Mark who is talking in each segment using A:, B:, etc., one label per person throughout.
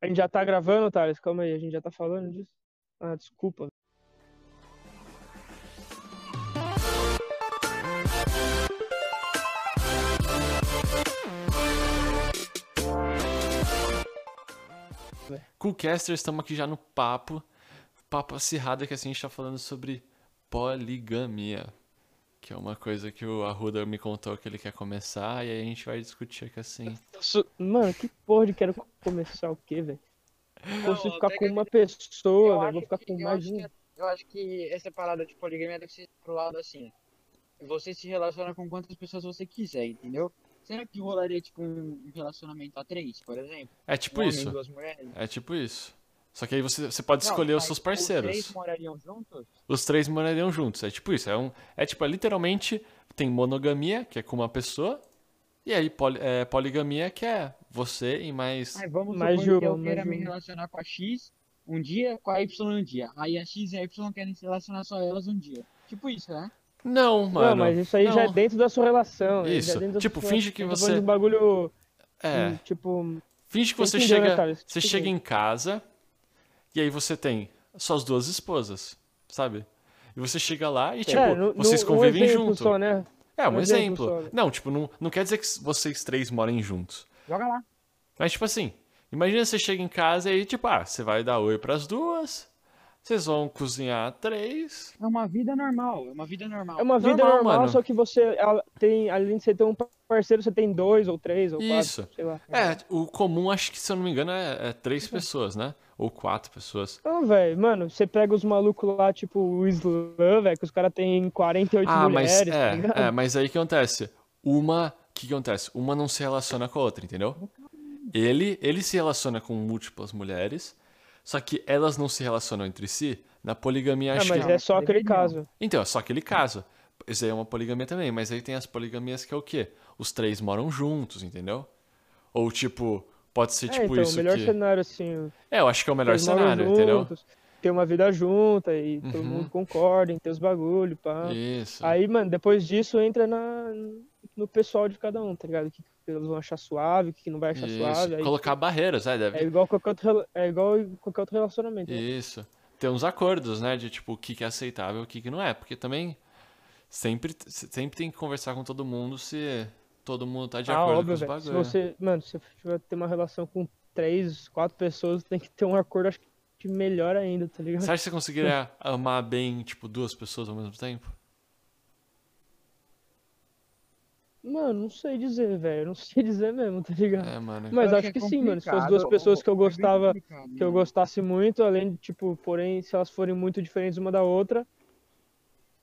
A: A gente já tá gravando, Thales? Calma aí, a gente já tá falando disso? Ah, desculpa.
B: Coolcasters, estamos aqui já no papo. Papo acirrado que assim a gente tá falando sobre poligamia. Que é uma coisa que o Arruda me contou que ele quer começar, e aí a gente vai discutir aqui assim.
A: Su- Mano, que porra de quero começar o quê, velho? Consigo ficar com uma pessoa, velho. Vou ficar com mais um. de
C: eu acho, que, é eu acho que essa parada de poligamia deve ser pro lado assim. Você se relaciona com quantas pessoas você quiser, entendeu? Será que rolaria, tipo, um relacionamento a três, por exemplo?
B: É tipo
C: um homem,
B: isso.
C: duas mulheres?
B: É tipo isso. Só que aí você, você pode
C: Não,
B: escolher os
C: mas
B: seus
C: Os
B: parceiros.
C: três morariam juntos?
B: Os três morariam juntos. É tipo isso. É, um, é tipo, é literalmente, tem monogamia, que é com uma pessoa, e aí poli- é, poligamia, que é você e mais.
C: Ai, vamos
A: Mais
C: supor então,
A: de
C: que eu
A: uma,
C: queira
A: mais de
C: me
A: uma.
C: relacionar com a X um dia, com a Y um dia. Aí a X e a Y querem se relacionar só elas um dia. Tipo isso, né?
B: Não, mano.
A: Não, mas isso aí já é
B: não.
A: dentro da sua relação. né? Já é
B: Isso.
A: dentro da
B: Tipo,
A: sua-
B: finge que
A: eu tô
B: você-
A: falando de um bagulho,
B: É.
A: hum, tipo...
B: Finge que
A: Você
B: você
A: entendeu, né,
B: chega,
A: Thales?
B: você
A: Entendi.
B: chega em casa e aí você tem suas duas esposas, sabe? E você chega lá e, tipo,
A: é, no-
B: vocês
A: no- um
B: convivem
A: exemplo
B: junto.
A: Só, né?
B: É, um
A: um exemplo
B: exemplo.
A: só.
B: Não, tipo, não, não quer dizer que vocês três morem juntos.
C: Joga lá.
B: Mas, tipo assim, imagina você chega em casa e aí, tipo, ah, você vai dar oi pras duas, vocês vão cozinhar três.
C: É uma vida normal, é uma vida normal.
A: É uma vida
B: Normal,
A: normal,
B: mano.
A: só que você ela tem, além de você ter um parceiro, você tem dois ou três ou quatro,
B: Isso.
A: sei lá.
B: É, o comum, acho que, se eu não me engano, é, é
A: Uhum.
B: três pessoas, né? Ou quatro pessoas.
A: Não, Ah, velho, mano, você pega os malucos lá, tipo o Islã, velho, que os caras têm 48
B: Ah, mas
A: mulheres, tá ligado?
B: é, é, mas aí o que acontece? Uma, o que que acontece? Uma não se relaciona com a outra, entendeu? Ele, ele se relaciona com múltiplas mulheres, só que elas não se relacionam entre si. Na poligamia
A: Ah,
B: acho
A: mas
B: que
A: é só aquele
C: Não.
A: caso.
B: Então, tipo, é só aquele caso. Isso aí é uma poligamia também, mas aí tem as poligamias que é o quê? Os três moram juntos, entendeu? Ou tipo, pode ser
A: é,
B: tipo
A: então, o
B: isso
A: melhor
B: que
A: cenário, assim,
B: É, eu acho que é o melhor
A: eles moram
B: cenário, entendeu?
A: juntos, ter uma vida junta e todo
B: Uhum.
A: mundo concorda em ter os bagulho, pá.
B: Isso.
A: né? Aí, mano, depois disso entra na, no pessoal de cada um, tá ligado? O que que eles vão achar suave, o que que não vai achar
B: isso.
A: suave. Aí,
B: Colocar barreiras, é, deve
A: É igual qualquer outro, rela- é igual qualquer outro relacionamento. né?
B: Isso. Tem uns acordos, né? De tipo, o que que é aceitável e o que que não é. Porque também sempre, sempre tem que conversar com todo mundo se todo mundo tá de
A: ah,
B: acordo
A: óbvio,
B: com
A: velho.
B: os
A: Se
B: bagulhos.
A: você, mano, se você tiver ter uma relação com três, quatro pessoas, tem que ter um acordo, acho que melhor ainda, tá ligado?
B: Você acha que você conseguiria amar bem, tipo, duas pessoas ao mesmo tempo?
A: Mano, não sei dizer, velho. Não sei dizer mesmo, tá ligado?
B: É, mano.
A: Mas
C: Eu
A: acho que
C: é
A: sim, mano. Se fosse
C: complicado,
A: duas pessoas que eu
C: é bem
A: gostava,
C: complicado,
A: que eu
C: né?
A: gostasse muito, além de, tipo, porém, se elas forem muito diferentes uma da outra,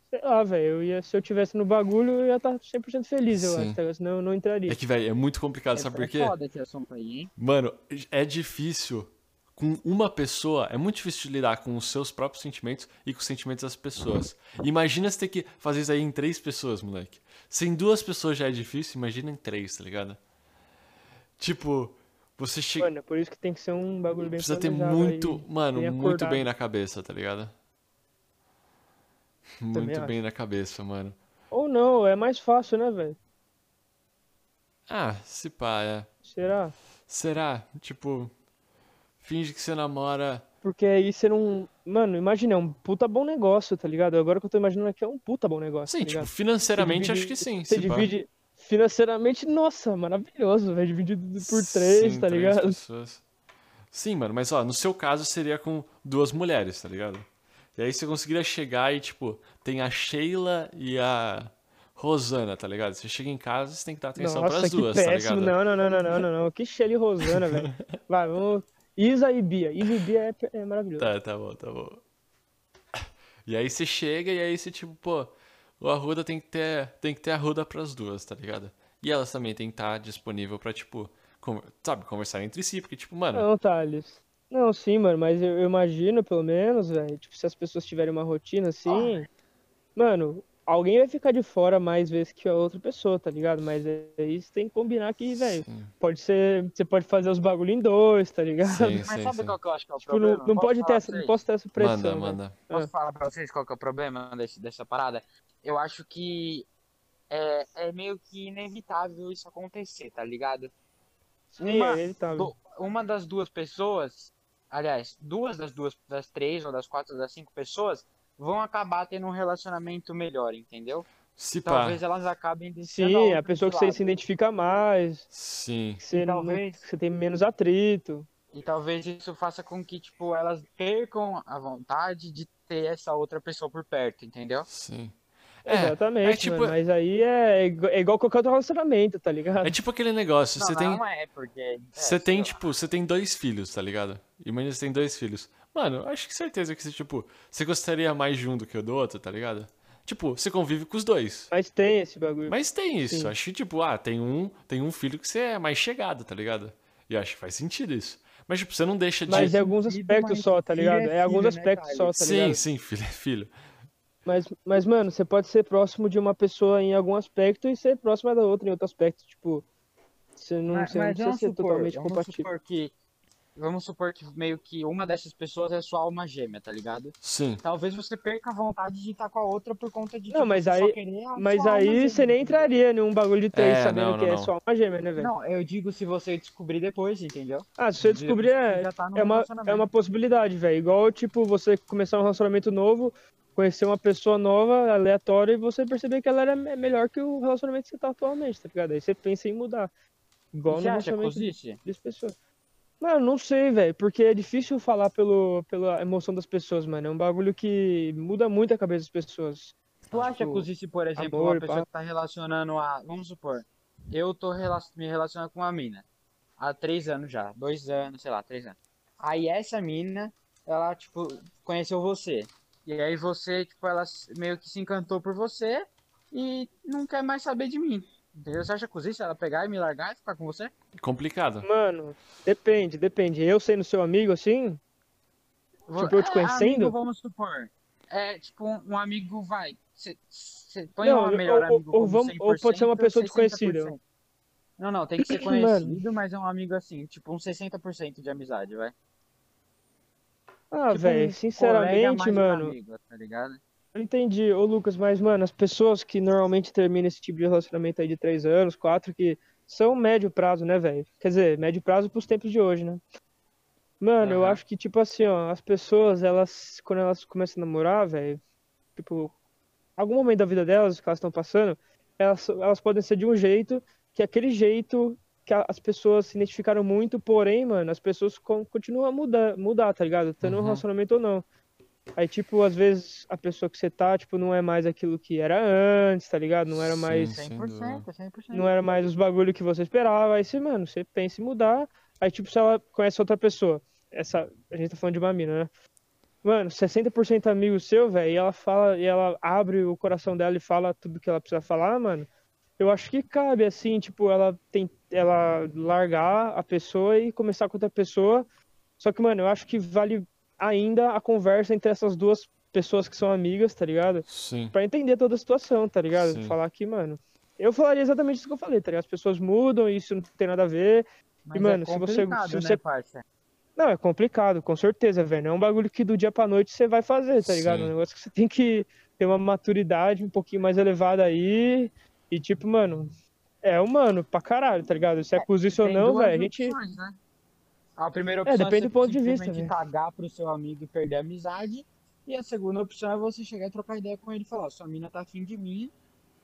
A: sei lá, velho. eu ia- Se eu tivesse no bagulho, eu ia tá estar 100% feliz, eu
B: Sim.
A: acho, tá ligado? Senão eu não entraria.
B: É que, velho, é muito complicado, sabe por
C: É
B: quê?
C: foda esse assunto aí, hein?
B: Mano, é difícil com uma pessoa, é muito difícil de lidar com os seus próprios sentimentos e com os sentimentos das pessoas. Imagina você ter que fazer isso aí em três pessoas, moleque. Se em duas pessoas já é difícil, imagina em três, tá ligado? Tipo, você chega.
A: Mano, é por isso que tem que ser um bagulho bem
B: Precisa ter
A: planejado aí.
B: muito, mano,
A: bem
B: muito
A: acordado.
B: bem na cabeça, tá ligado? Muito
A: acho.
B: bem na cabeça, mano.
A: Ou não, é mais fácil, né, velho?
B: Ah, se pá, é.
A: Será?
B: Será? Tipo, finge que você namora.
A: Porque aí você não. Mano, imagina, é um puta bom negócio, tá ligado? Agora que eu tô imaginando aqui é um puta bom negócio,
B: Sim,
A: tá
B: tipo,
A: ligado?
B: financeiramente
A: Você
B: acho
A: divide-
B: que sim.
A: Você
B: se pá.
A: divide financeiramente, nossa, maravilhoso, velho. Dividido por três,
B: Sim,
A: tá
B: três
A: ligado?
B: pessoas. Sim, mano, mas ó, no seu caso seria com duas mulheres, tá ligado? E aí você conseguiria chegar e, tipo, tem a Sheila e a Rosana, tá ligado? Você chega em casa, você tem que dar atenção
A: nossa,
B: pras
A: que
B: duas, tá
A: péssimo. né?
B: ligado?
A: não, não, não, não, não, não, não. Que Shelly Rosana, velho. Vai, vamos. Isa e Bia. Isa e Bia é, é maravilhoso.
B: Tá, tá bom, tá bom. E aí você chega e aí você, tipo, pô, o Arruda tem que ter, tem que ter Arruda pras duas, tá ligado? E elas também tem que estar disponível pra, tipo, con- sabe, conversar entre si, porque, tipo, mano,
A: Não, Thales. Não, sim, mano, mas eu, eu imagino, pelo menos, velho, tipo, se as pessoas tiverem uma rotina assim, mano, alguém vai ficar de fora mais vezes que a outra pessoa, tá ligado? Mas é- aí você tem que combinar que, velho,
B: Sim.
A: pode ser, você pode fazer os bagulho em dois, tá ligado?
B: Sim,
C: Mas
B: sim,
C: sabe
B: sim.
C: qual que eu acho que é né? o
A: Tipo,
C: problema?
A: não, não
C: Posso
A: pode
C: falar
A: ter
C: pra
A: essa, não
C: vocês?
A: posso ter essa pressão, né?
B: Manda,
A: velho.
B: manda.
C: Posso falar pra vocês qual que é o problema desse, dessa parada? Eu acho que é, é meio que inevitável isso acontecer, tá ligado?
A: Sim,
C: Uma,
A: ele tá,
C: do- uma das duas pessoas, aliás, duas das duas, das três ou das quatro, das cinco pessoas, vão acabar tendo um relacionamento melhor, entendeu?
B: Se pá.
C: Talvez elas acabem deixando
A: Tá. Sim,
C: outra
A: a pessoa
C: de
A: que você
C: um lado.
A: se identifica mais,
B: Sim.
A: que você, não-
C: Talvez.
A: que você tem menos atrito.
C: E talvez isso faça com que, tipo, elas percam a vontade de ter essa outra pessoa por perto, entendeu?
B: Sim. É,
A: Exatamente,
B: é tipo-
A: mano, mas aí é igu- é igual qualquer outro relacionamento, tá ligado?
B: é tipo aquele negócio,
C: Não,
B: você
C: não,
B: tem.
C: não é, porque. é,
B: Você
C: sei
B: tem,
C: lá.
B: tipo, você tem dois filhos, tá ligado? Imagina você tem dois filhos. Mano, acho que certeza que você, tipo, você gostaria mais de um do que do outro, tá ligado? Tipo, você convive com os dois.
A: Mas tem esse bagulho.
B: Mas tem isso.
A: Sim.
B: Acho que, tipo, ah, tem um, tem um filho que você é mais chegado, tá ligado? E acho que faz sentido isso. Mas, tipo, você não deixa de.
A: Mas é alguns
C: Indivíduo,
A: aspectos
C: mas
A: só, tá
C: filho é
A: ligado? É alguns
C: filho, né,
A: aspectos
C: Caio?
A: só, tá
B: sim,
A: ligado?
B: sim, filho, é filho.
A: Mas, mas, mano, você pode ser próximo de uma pessoa em algum aspecto e ser próxima da outra em outro aspecto. Tipo, você não,
C: Mas,
A: um você não
C: mas
A: precisa
C: vamos
A: ser é
C: supor,
A: totalmente
C: vamos
A: compatível.
C: supor que vamos supor que meio que uma dessas pessoas é sua alma gêmea, tá ligado?
B: Sim.
C: Talvez você perca a vontade de estar com a outra por conta de
A: Não,
C: tipo,
A: mas
C: você só
A: aí-
C: querer a
A: Mas
C: sua alma
A: aí
C: gêmea,
A: você nem
C: entendeu?
A: entraria num bagulho de três
B: É,
A: sabendo
B: não,
A: que
B: não,
A: é
B: não.
A: só uma gêmea, né, velho?
C: Não, eu digo se você descobrir depois, entendeu?
A: Ah, se você
C: Depois
A: descobrir,
C: que
A: é,
C: já tá num
A: é, uma, é
C: relacionamento.
A: uma possibilidade, velho. Igual, tipo, você começar um relacionamento novo, conhecer uma pessoa nova, aleatória, e você perceber que ela era me- melhor que o relacionamento que você tá atualmente, tá ligado? Aí você pensa em mudar. Igual
C: Você
A: no
C: acha que
A: relacionamento
C: existe?
A: das pessoas. Mano, não sei, velho, porque é difícil falar pelo, pela emoção das pessoas, mano. É um bagulho que muda muito a cabeça das pessoas.
C: Tu acha
A: Tipo,
C: que existe, por exemplo,
A: amor,
C: uma pessoa
A: pá.
C: que tá relacionando a. Vamos supor, eu tô rela- me relacionando com uma mina há três anos já, dois anos, sei lá, três anos. Aí essa mina, ela, tipo, conheceu você. E aí você, tipo, ela s- meio que se encantou por você e não quer mais saber de mim. Entendeu? Você acha que existe ela pegar e me largar e ficar com você?
B: Complicado.
A: Mano, depende, depende. Eu sendo seu amigo, assim,
C: Vo-
A: Tipo, eu te
C: é,
A: conhecendo?
C: amigo, vamos supor. É, tipo, um, um amigo vai. Cê, cê põe
A: Não,
C: um
A: ou-
C: melhor
A: ou-
C: amigo
A: ou
C: como
A: vamos- ou pode ser uma
C: 100%,
A: pessoa desconhecida.
C: 60%. Não, não, tem que ser
A: Mano.
C: conhecido, mas é um amigo assim, tipo, um 60% de amizade, vai.
A: ah,
C: Tipo, um
A: velho,
C: colega mais
A: sinceramente,
C: que
A: mano,
C: amigo, tá ligado?
A: Eu Entendi, ô Lucas, mas mano, as pessoas que normalmente terminam esse tipo de relacionamento aí de três anos, quatro, que são médio prazo, né, velho? Quer dizer, médio prazo pros tempos de hoje, né? Mano, eu
C: Aham.
A: acho que, tipo assim, ó, as pessoas, elas, quando elas começam a namorar, velho, tipo, algum momento da vida delas, que elas estão passando, elas, elas podem ser de um jeito, que é aquele jeito que a- as pessoas se identificaram muito, porém, mano, as pessoas con- continuam a mudar, mudar, tá ligado? Tendo um
B: Uhum.
A: relacionamento ou não. Aí, tipo, às vezes a pessoa que você tá, tipo, não é mais aquilo que era antes, tá ligado? Não era
B: Sim.
A: mais,
B: Sem
C: 100%, 100%.
A: não é- era mais os bagulho que você esperava. Aí você, mano, você pensa em mudar. Aí, tipo, se ela conhece outra pessoa, essa, a gente tá falando de uma mina, né? Mano, 60% amigo seu, velho, e ela fala, e ela abre o coração dela e fala tudo que ela precisa falar, mano. Eu acho que cabe, assim, tipo, ela tem, ela largar a pessoa e começar com outra pessoa. Só que, mano, eu acho que vale ainda a conversa entre essas duas pessoas que são amigas, tá ligado?
B: Sim.
A: Pra entender toda a situação, tá ligado?
B: Sim.
A: Falar que, mano. Eu falaria exatamente isso que eu falei, tá ligado? As pessoas mudam, isso não tem nada a ver.
C: Mas
A: mano,
C: é
A: se você- se
C: complicado, né,
A: você-
C: parça?
A: Não, é complicado, com certeza, velho. Não é um bagulho que do dia pra noite você vai fazer, tá ligado?
B: Sim.
A: É um negócio que você tem que ter uma maturidade um pouquinho mais elevada aí. E, tipo, mano, é humano pra caralho, tá ligado? Se é cozição ou
C: Tem
A: não,
C: duas
A: velho, a gente.
C: opções, né? A
A: É,
C: primeira opção
A: depende
C: você
A: do ponto de vista, né?
C: simplesmente cagar pro seu amigo e perder a amizade. E a segunda opção é você chegar e trocar ideia com ele e falar, "Ó, sua mina tá afim de mim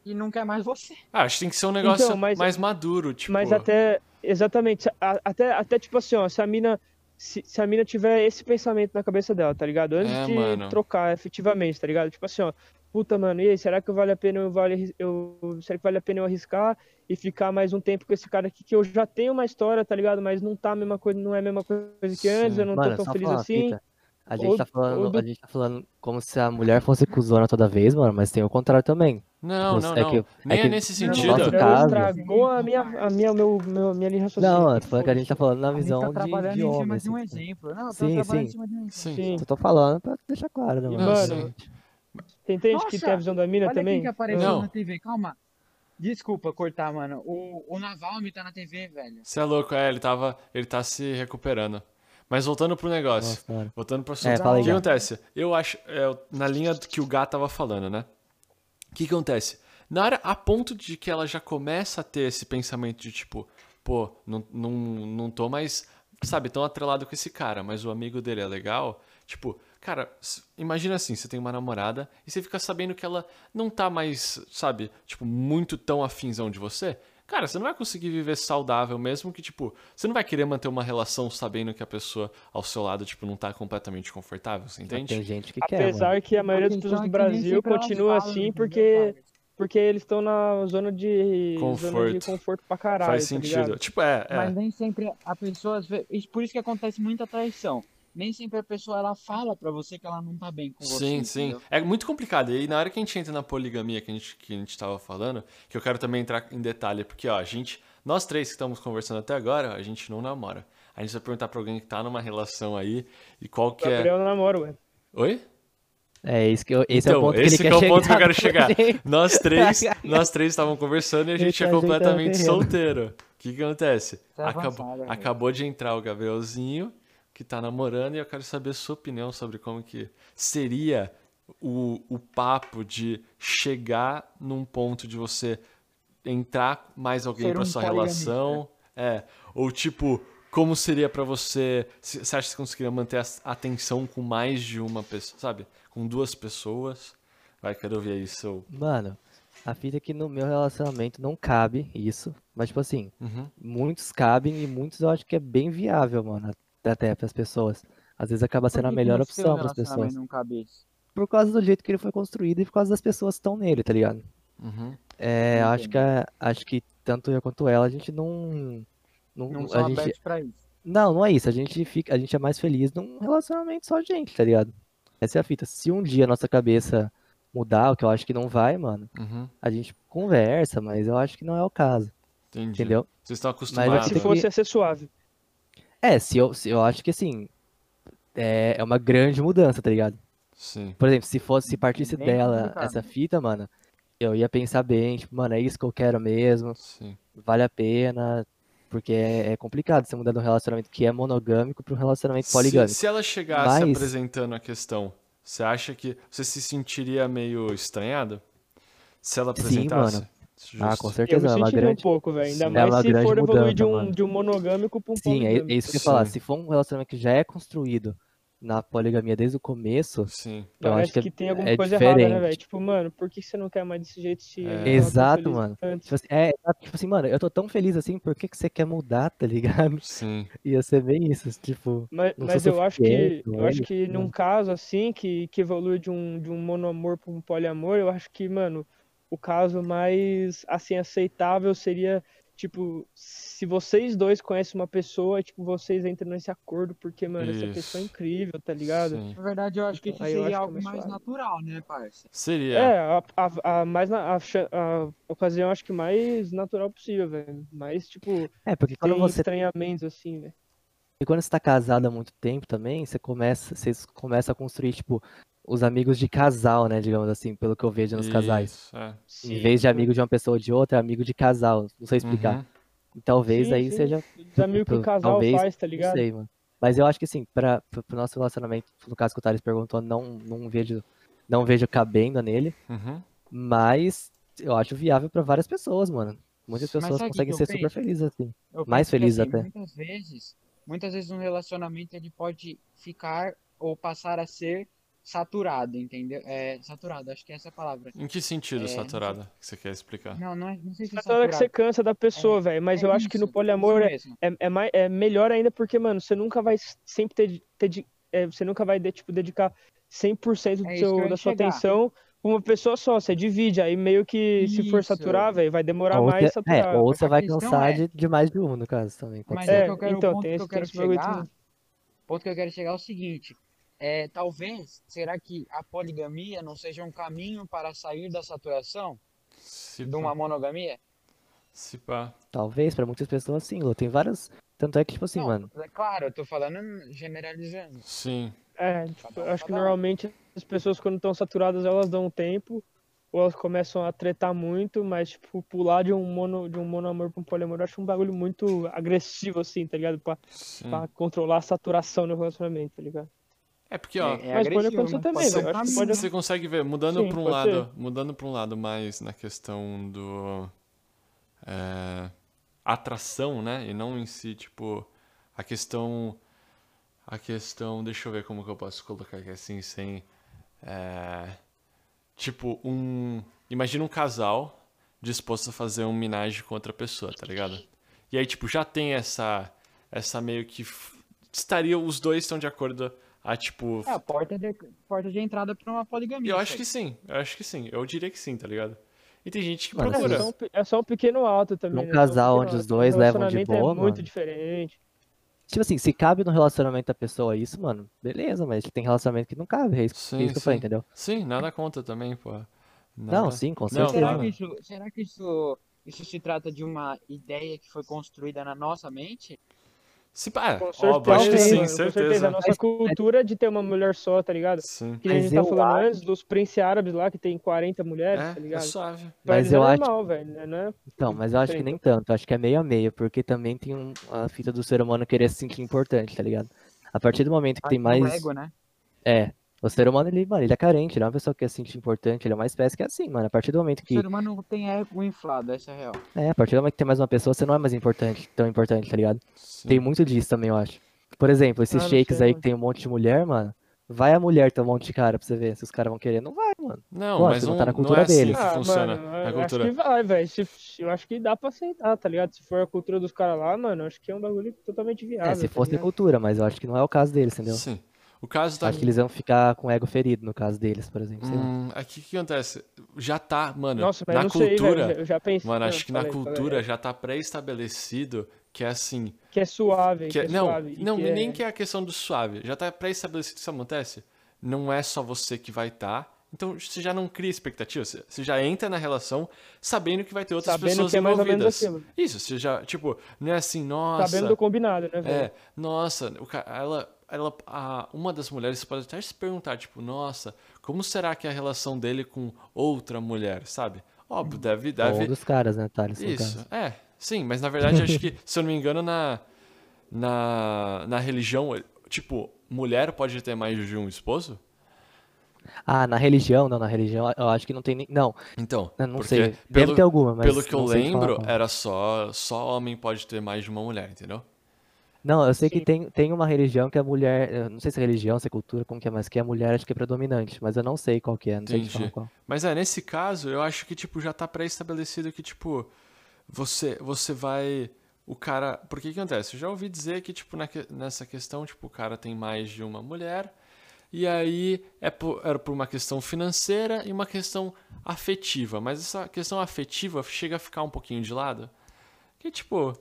C: e não quer mais você.
B: Ah, acho que tem que ser um negócio
A: Então, mas-
B: mais maduro, tipo.
A: Mas até, exatamente, se- a- até, até tipo assim, ó, se a mina, se, se a mina tiver esse pensamento na cabeça dela, tá ligado? Antes
B: É,
A: de
B: mano.
A: trocar efetivamente, tá ligado? Tipo assim, ó, puta, mano, e aí, será que vale a pena eu, vale, eu, será que vale a pena eu arriscar e ficar mais um tempo com esse cara aqui que eu já tenho uma história, tá ligado? Mas não tá a mesma coisa, não é a mesma coisa que antes,
B: Sim.
A: eu não
D: Mano, é
A: tô
D: só
A: tão feliz
D: falar uma
A: assim.
D: fita. A gente,
A: Ou-
D: tá falando,
A: ou do-
D: a gente tá falando como se a mulher fosse cuzona toda vez, mano, mas tem o contrário também.
C: Tipo
B: Não, não,
D: É
B: não.
D: que- é
B: Nem é,
D: que-
B: nesse
C: Não,
B: sentido.
D: nossa,
A: Ela
D: caso.
A: estragou a minha, a minha, meu, meu, minha linha de raciocínio.
D: Não, eu tô falando que a gente tá falando na
C: assim, A gente
D: visão
C: tá
D: de-
C: trabalhando
D: de
C: em
D: homem.
C: cima de um
D: assim.
C: exemplo.
A: tá
C: Não, eu tô
D: Sim,
C: trabalhando em
D: sim.
C: cima de um exemplo.
B: Sim.
A: Sim.
D: Eu tô falando pra deixar claro, né,
A: E,
D: mano?
A: mano,
D: Gente,
A: Você entende que
C: Nossa,
A: tem a visão da mina
C: Olha
A: também?
C: quem que apareceu
B: Não.
C: na TV, calma. Desculpa cortar, mano. O, o Navalny tá na TV, velho.
B: Você é louco, é, ele tava. Ele tá se recuperando. Mas voltando pro negócio.
D: Nossa, mano.
B: Voltando pro assunto.
D: É, fala aí,
B: o que
D: Gá.
B: acontece? Eu acho. é, na linha do que o Gá tava falando, né? O que acontece? Na hora, a ponto de que ela já começa a ter esse pensamento de tipo, pô, não, não, não tô mais sabe, tão atrelado com esse cara, mas o amigo dele é legal. Tipo, cara, s- imagina assim, você tem uma namorada e você fica sabendo que ela não tá mais, sabe, tipo, muito tão afinzão de você. Cara, você não vai conseguir viver saudável mesmo que, tipo, você não vai querer manter uma relação sabendo que a pessoa ao seu lado, tipo, não tá completamente confortável, você
D: Mas Tem
B: entende?
D: gente que quer, mano.
A: Apesar que a maioria das
C: Então,
A: pessoas
C: é
A: do
C: que nem
A: Brasil
C: sempre elas
A: continua
C: falam,
A: assim
C: entendeu,
A: porque,
C: cara?
A: porque eles estão na zona de zona de
B: Conforto.
A: conforto pra caralho,
B: Faz
A: tá
B: sentido.
A: ligado?
B: tipo, é, é.
C: Mas nem sempre a pessoa. às ve- isso Por isso que acontece muita traição. Nem sempre a pessoa ela fala pra você que ela não tá bem com você.
B: Sim, sim.
C: entendeu?
B: É muito complicado. E na hora que a gente entra na poligamia que a gente, que a gente tava falando, que eu quero também entrar em detalhe, porque, ó, a gente, nós três que estamos conversando até agora, a gente não namora. A gente vai perguntar pra alguém que tá numa relação aí e qual que
A: O
B: é.
A: Gabriel não namora, ué.
B: Oi?
D: É, esse, que eu- esse é o
B: Então,
D: ponto que ele
B: esse que
D: quer
B: é o
D: chegar né?
B: ponto que eu quero
D: pra
B: chegar.
D: gente.
B: Nós três, nós três estavam conversando e a
D: Ele
B: gente
D: tá
B: é
D: ajeitando o
B: completamente
D: terreno.
B: solteiro. O que, que acontece?
C: Tá
B: acabou,
C: avançado, né?
B: acabou de entrar o Gabrielzinho, que tá namorando, e eu quero saber sua opinião sobre como que seria o, o papo de chegar num ponto de você entrar mais alguém
C: Ser
B: pra
C: um
B: sua
C: poligamista.
B: relação. É. Ou tipo, como seria pra você. se- Você acha que você conseguiria manter as- a atenção com mais de uma pessoa, sabe? Com duas pessoas? Vai, quero ouvir aí seu.
D: Mano, a fita é que no meu relacionamento não cabe isso. Mas, tipo assim,
B: Uhum.
D: muitos cabem e muitos eu acho que é bem viável, mano. Até pras pessoas. Às vezes acaba
C: Por
D: sendo a
C: que
D: melhor
C: que no seu
D: opção pras
C: relacionamento
D: pessoas.
C: Não cabe isso?
D: Por causa do jeito que ele foi construído e por causa das pessoas que estão nele, tá ligado?
B: Uhum.
D: É,
C: Não
D: acho que, a- acho que tanto eu quanto ela, a gente não. Não,
C: Não
D: a
C: são
D: gente,
C: abertos pra isso.
D: não, não é isso. A gente fica, a gente é mais feliz num relacionamento só gente, tá ligado? Essa é a fita. Se um dia a nossa cabeça mudar, o que eu acho que não vai, mano,
B: Uhum.
D: a gente conversa, mas eu acho que não é o caso,
B: Entendi.
D: entendeu?
B: Vocês estão
A: Mas
D: Mas
B: acostumados.
A: se
D: tem
A: fosse
D: que-
A: ia ser suave.
D: É, se eu, se eu acho que assim, é, é uma grande mudança, tá ligado?
B: Sim.
D: Por exemplo, se fosse, se partisse
C: Bem
D: dela
C: complicado.
D: essa fita, mano, eu ia pensar bem, tipo, mano, é isso que eu quero mesmo.
B: Sim.
D: vale a pena, porque é, é complicado você mudar de um relacionamento que é monogâmico para um relacionamento
B: Se,
D: poligâmico.
B: se ela chegasse
D: Mas-
B: apresentando a questão, você acha que você se sentiria meio estranhado? Se ela
D: Sim,
B: apresentasse?
D: mano. Ah,
B: Justo.
D: com
A: Eu
D: certeza,
A: me
D: é uma
A: sentiria um
D: grande.
A: pouco, velho. Ainda
B: Sim.
D: É
A: mais
D: uma
A: se
D: grande
A: for evoluir de
D: mudança,
A: um,
D: mano.
A: de um monogâmico pra um
D: Sim, é, é
A: poligâmico.
D: isso que eu ia
B: Sim.
D: falar. Se for um relacionamento que já é construído na poligamia desde o começo,
B: Sim.
D: eu
A: Parece
D: acho que,
A: que, tem alguma
D: é
A: coisa errada, né,
D: diferente.
A: velho? Tipo, mano, por que você não quer mais desse jeito se eu
B: É.
A: tava tão
D: Exato,
A: feliz
D: mano.
A: antes?
D: Tipo assim, é, é, tipo assim, mano, eu tô tão feliz assim, por que que você quer mudar, tá ligado?
B: Sim.
D: Ia ser bem isso, tipo,
A: Mas,
D: Não
A: mas
D: sou
A: eu acho que
D: suficiente,
A: eu acho
D: olha,
A: que num
D: né?
A: caso assim, que, que evolui de um, de um monoamor para um poliamor, eu acho que, mano, o caso mais assim aceitável seria tipo, se vocês dois conhecem uma pessoa, tipo, vocês entram nesse acordo porque, mano, essa pessoa é
B: Isso.
A: incrível, tá ligado?
B: Sim.
C: Na verdade, eu acho que isso
A: Então, aí eu acho
C: seria
A: que é
C: algo
A: mais
C: mais
A: suave.
C: natural, né, parça?
B: Seria.
A: É, a, a, a mais na, a, cha- a ocasião acho que mais natural possível, velho. Mais tipo,
D: é, porque quando
A: tem
D: você
A: estranhamentos assim, né?
D: E quando você tá casado há muito tempo também, você começa, vocês começam a construir, tipo, os amigos de casal, né? Digamos assim, pelo que eu vejo nos casais.
B: Isso, é.
D: Em vez de amigo de uma pessoa ou de outra, é amigo de casal. Não sei explicar.
B: Uhum.
D: Talvez
A: Sim,
D: aí
A: sim.
D: seja.
A: Os Tipo, amigos que o
D: tal-
A: casal
D: talvez,
A: faz, tá
D: Não
A: ligado?
D: sei, mano. Mas eu acho que assim, para pro nosso relacionamento, no caso que o Thales perguntou, não, não vejo, não vejo cabendo nele.
B: Uhum.
D: Mas eu acho viável para várias pessoas, mano. Muitas
C: Mas
D: pessoas
C: sabe o que
D: conseguem
C: que eu
D: ser super
C: penso?
D: felizes assim.
C: Eu
D: Mais
C: penso que,
D: feliz
C: assim,
D: até.
C: Muitas vezes, muitas vezes um relacionamento ele pode ficar ou passar a ser saturado, entendeu? É, saturado, acho que é essa a palavra.
B: Em que sentido,
C: É,
B: saturada, que você quer explicar?
C: Não, não, é, não sei se é
A: Mas na hora que você
C: saturado.
A: cansa da pessoa, velho. Mas
C: É
A: eu acho que no
C: isso,
A: poliamor
C: isso
A: é,
C: mesmo.
A: é, é mai- é melhor ainda porque, mano, você nunca vai sempre ter. de- ter de- é, você nunca vai de- tipo, dedicar 100% do
C: É isso que eu
A: seu,
C: ia
A: da sua
C: chegar.
A: atenção pra uma pessoa só. Você divide. Aí meio que se for
C: Isso.
A: saturar, velho, vai demorar
D: Ou
A: mais
D: você, é,
A: saturar.
D: ou
A: véi.
D: você
C: A
D: vai
C: questão
D: cansar
C: é-
D: de, de mais de um, no caso, também. pode
C: Mas
D: ser.
C: é
A: É,
C: que eu quero, o
A: então,
C: ponto
A: tem
C: que
A: esse-
C: eu quero
A: tem esse bagulho
C: chegar,
A: também.
C: o ponto que eu quero chegar é o seguinte, é, talvez, será que a poligamia não seja um caminho para sair da saturação
B: Se
C: de uma
B: pá.
C: monogamia?
B: Se pá.
D: Talvez, pra muitas pessoas, sim, Lu. Tem vários. Tanto é que, tipo assim,
C: Não,
D: mano.
C: é claro, eu tô falando generalizando.
B: Sim.
A: É, tipo,
C: Cada um,
A: eu acho que
C: cada um.
A: normalmente as pessoas, quando estão saturadas, elas dão um tempo. Ou elas começam a tretar muito, mas, tipo, pular de um mono, de um monoamor pra um poliamor, eu acho um bagulho muito agressivo, assim, tá ligado? Pra-
B: Sim.
A: Pra controlar a saturação no relacionamento, tá ligado?
B: É porque, ó,
A: Mas pode acontecer também,
B: Você,
A: velho. Eu
C: um
A: acho que
B: você-
A: pode-
B: você consegue ver, mudando
A: Sim,
B: para um
A: pode
B: lado,
A: ser.
B: mudando para um lado mais na questão do é, atração, né? E não em si, tipo, A questão. A questão. Deixa eu ver como que eu posso colocar aqui assim, sem. é, tipo, um. Imagina um casal disposto a fazer um minagem com outra pessoa, tá ligado? E aí, tipo, já tem essa. Essa meio que. f- Estaria. Os dois estão de acordo a, tipo.
A: Ah,
C: É a porta de, porta de entrada pra uma poligamia.
B: eu acho
C: isso
B: que
C: aí.
B: sim, eu acho que sim. Eu diria que sim, tá ligado? E tem gente que
D: Mano,
A: É
B: procura.
A: só um, pe- é só um pequeno alto também.
D: Num
A: né? Só um
D: casal
A: pequeno
D: onde os
A: alto,
D: dois
A: o
D: levam de
A: relacionamento
D: boa,
A: É muito
D: mano.
A: diferente.
D: Tipo assim, se cabe no relacionamento da pessoa isso, mano, beleza, mas tem relacionamento que não cabe, é isso, é
B: Sim,
D: isso que eu falei,
B: sim.
D: entendeu?
B: Sim, nada conta também, pô.
D: Não,
B: Nada-
D: sim, com
B: Não,
D: certeza.
C: Será
B: claro.
C: que, isso, será que isso, isso se trata de uma ideia que foi construída na nossa mente?
B: Se pá,
A: Com
B: óbvio, acho
A: certeza,
B: que sim,
A: mano, com certeza. né? A
B: certeza.
A: nossa
D: Mas-
A: cultura de ter uma mulher só, tá ligado?
B: Sim.
A: Que nem a
D: Mas
A: gente tá
D: eu
A: falando
D: acho-
A: antes dos prince árabes lá, que tem 40 mulheres, tá
B: É, é
A: ligado?
B: suave.
A: Pra
D: Mas
A: eles
D: eu
A: é
D: acho-
A: normal, velho, né? Não é-
D: Então, mas eu acho que nem tanto, eu acho que é meio a meio, porque também tem um- a fita do ser humano querer se sentir importante, tá ligado? A partir do momento que tem
A: é
C: Ah,
D: mais.
C: Lego, né?
D: É. O ser humano, ele, mano, ele é carente, ele é uma pessoa que quer se sentir importante, ele é uma espécie que é assim, mano. A partir do momento
C: O
D: que.
C: ser humano tem ego inflado, essa é a real.
D: É, a partir do momento que tem mais uma pessoa, você não é mais importante, tão importante, tá ligado?
B: Sim.
D: Tem muito disso também, eu acho. Por exemplo, esses
A: Ah, não
D: shakes
A: sei,
D: aí
A: mano.
D: que tem um monte de mulher, mano. Vai a mulher ter um monte de cara pra você ver se os caras vão querer. Não vai, mano.
B: Não,
D: Lógico,
B: mas
D: não
B: não,
D: tá na
B: não é
D: cultura
B: assim
D: deles.
B: que funciona
A: Ah, mano, é, eu
B: na
A: Acho
B: cultura.
A: que vai, velho. Se- se- Eu acho que dá pra aceitar, tá ligado? Se for a cultura dos caras lá, mano, eu acho que é um bagulho totalmente viável.
D: É, se
A: tá
D: fosse
A: ligado?
D: cultura, mas eu acho que não é o caso deles, entendeu?
B: Sim. O caso da.
D: Acho que eles vão ficar com o ego ferido no caso deles, por exemplo. sei lá.
B: Hum, aqui o que acontece? Já tá, mano,
A: Nossa, mas
B: na
A: não sei,
B: cultura.
A: velho. Eu já pensei.
B: Mano,
A: não,
B: acho que na
A: falei, é. falei,
B: cultura já tá pré-estabelecido que é assim.
A: é, Que é suave,
B: que
A: que
B: é-
A: é
B: não,
A: suave. e
B: não
A: que é-
B: nem que é a questão do suave. Já tá pré-estabelecido que isso acontece. Não é só você que vai estar. então você já não cria expectativa. Você, você já entra na relação sabendo que vai ter outras
A: Sabendo
B: pessoas
A: que é mais ou menos
B: envolvidas.
A: assim, mano.
B: Isso, você já, tipo, não é assim, nossa.
A: Sabendo do combinado, né, velho?
B: É, nossa, o ca- ela, ela, a- uma das mulheres pode até se perguntar, tipo, nossa, como será que é a relação dele com outra mulher, sabe? Óbvio, deve,
D: Ou
B: deve.
D: dos caras, né, Thales? no
B: Isso,
D: caso.
B: é, sim, mas na verdade acho que, se eu não me engano, na, na, na religião, tipo, mulher pode ter mais de um esposo?
D: Ah, na religião? Não, na religião eu acho que não tem nem. Não,
B: Então,
D: eu não
B: porque
D: sei.
B: pelo,
D: Deve ter alguma, mas.
B: pelo que eu
D: não sei te falar
B: lembro, é
D: qual.
B: era só, só homem pode ter mais de uma mulher, entendeu?
D: Não, eu sei que
A: Sim.
D: tem, tem uma religião que a mulher. eu Não sei se é religião, se é cultura, como que é, mas que a mulher acho que é predominante, mas eu não sei qual que é, não sei te falar
B: Entendi.
D: qual.
B: Mas é, nesse caso, eu acho que, tipo, já tá pré-estabelecido que, tipo, você, você vai. O cara. Por que que acontece? Eu já ouvi dizer que, tipo, na que- nessa questão, tipo, o cara tem mais de uma mulher. E aí é por, era por uma questão financeira e uma questão afetiva. Mas essa questão afetiva chega a ficar um pouquinho de lado. Que, tipo.